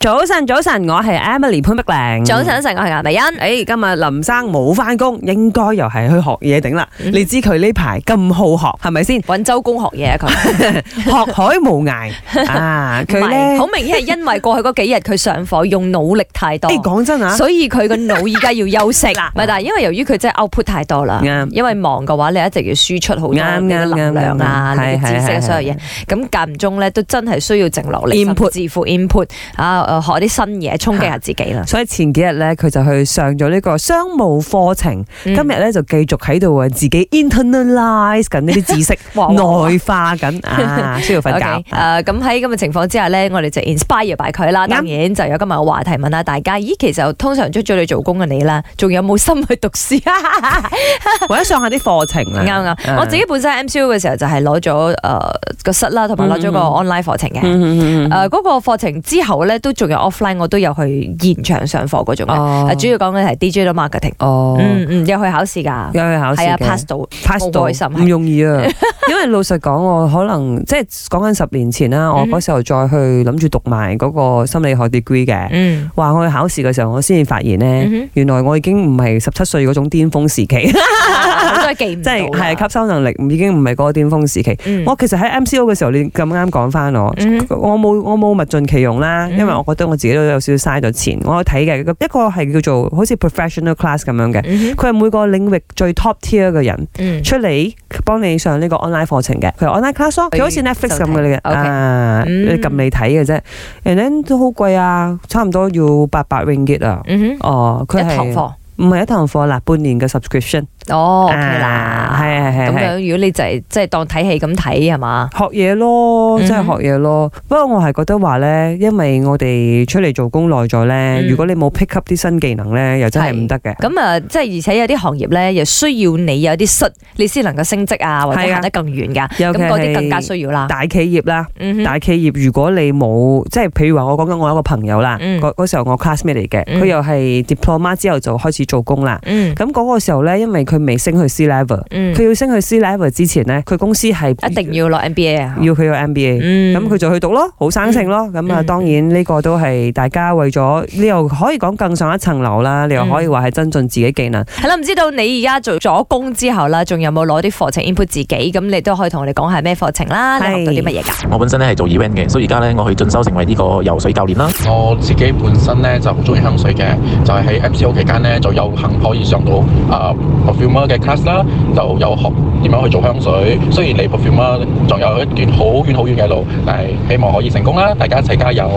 早晨，早晨，我係 Emily 潘碧玲。早晨，晨，我係顏美欣。誒，今日林生冇翻工，應該又係去學嘢頂啦。嗯你知佢呢排咁好學，係咪 先？揾周公學嘢啊佢，學海無涯啊！ 佢唔係好咧，明顯係因為過去嗰幾日佢上課用腦力太多，誒講真啊，所以佢個腦而家要 休息。唔係但係因為由於佢真係 output 太多啦啱，因為忙嘅話你一直要輸出好多你啱嘅啱能量啊、啱啱你嘅知識係係啊所有嘢，咁間唔中咧都真係需要靜落嚟 Input 甚至乎 input 啊，呃學啲新嘢，衝擊下自己啦。所以前幾日咧，佢就去上咗呢個商務課程，今嗯日咧就繼續喺度啊，自己 internalize 緊呢啲知識， 哇哇哇內化緊啊，需要瞓 OK，覺。誒咁喺咁嘅情況之下咧，我哋就 inspire by 佢啦。啱當然就有今日嘅話題問下大家，咦，其實通常出咗嚟做工嘅你啦，仲有冇心去讀書？ 或者上下啲課程啊啱啦。啱，我自己本身喺 MCU 嘅時候就係攞咗誒個室啦，同埋攞咗個嗯 online 課程嘅。誒嗯。嗯嗯嗯嗰個課程之後咧，都仲有 offline，我都有去現場上課嗰種嘅。呃哦啊誒主要講嘅係 digital marketing。哦，嗯嗯，有去考試㗎，有去考試係嘅啊 pass 到。 pass 到好開心唔容易 啊！因為老實講，我可能即係講緊十年前啦，我嗯嗰時候再去諗住讀埋嗰個心理學 degree 嘅。 嗯話我去考試嘅時候，我先至發現嗯呢，哼原來我已經唔係十七歲嗰種巔峰時期，即我真係記唔到係㗎。係啊吸收能力已經唔係嗰個巔峰時期。嗯我其實喺 MCO 嘅時候，你咁啱講翻我，嗯哼我冇我冇物盡其用啦，嗯因為我覺得我自己都有少少嘥咗錢。我有睇嘅一個係叫做好似 professional class 咁樣嘅，嗯哼佢係每個領域最 top tier 嘅人。嗯出嚟幫你上呢個 online 課程嘅，佢 online class 咯，佢好似 Netflix 咁嘅你嘅， OK 啊，嗯你撳你睇嘅啫，人哋都好貴啊，差唔多要八百 ringgit 啊，嗯哦，佢哼，一堂係課。唔係一堂課啦，半年嘅 subscription，哦，OK 啊係啦，係咁係係。樣如果你就係即係當睇戲咁睇係嘛，學嘢咯，嗯真係學嘢咯。不過我係覺得話呢，因為我哋出嚟做工耐咗呢，嗯如果你冇 pick up 啲新技能呢，又真係唔得嘅。咁啊即係而且有啲行業咧又需要你有啲術，你先能夠升職啊，或者係啊行得更遠噶，尤咁其係嗰啲更加需要啦。大企業啦，嗯哼大企業如果你冇，即係譬如話我講緊我有一個朋友啦，嗯嗰嗰、時候我 classmate 嚟嘅，嗯佢又係 diploma 之後就開始做工啦。嗯咁嗰個時候咧，因為佢未升去 C level，嗯，佢要升去 C level 之前咧，佢公司係一定要落 MBA 啊，要佢有 MBA，嗯咁佢、就去讀咯，好生性咯。咁啊、嗯當然呢個都係大家為咗你又可以講更上一層樓啦，你又嗯可以話係增進自己技能。係啦，唔知道你而家做咗工之後啦，仲有冇攞啲課程 input 自己？咁你都可以同我哋講下咩課程啦，你學到啲乜嘢㗎？我本身咧係做 event 嘅，所以而家咧我去進修成為呢個游水教練啦。我自己本身咧就好中意香水嘅，就係、喺 MCO 期間咧就有幸可以上到啊、perfumer 嘅 class 啦，就有學點樣去做香水。雖然離 perfumer 仲有一段好遠好遠嘅路，但係希望可以成功啦！大家一齊加油！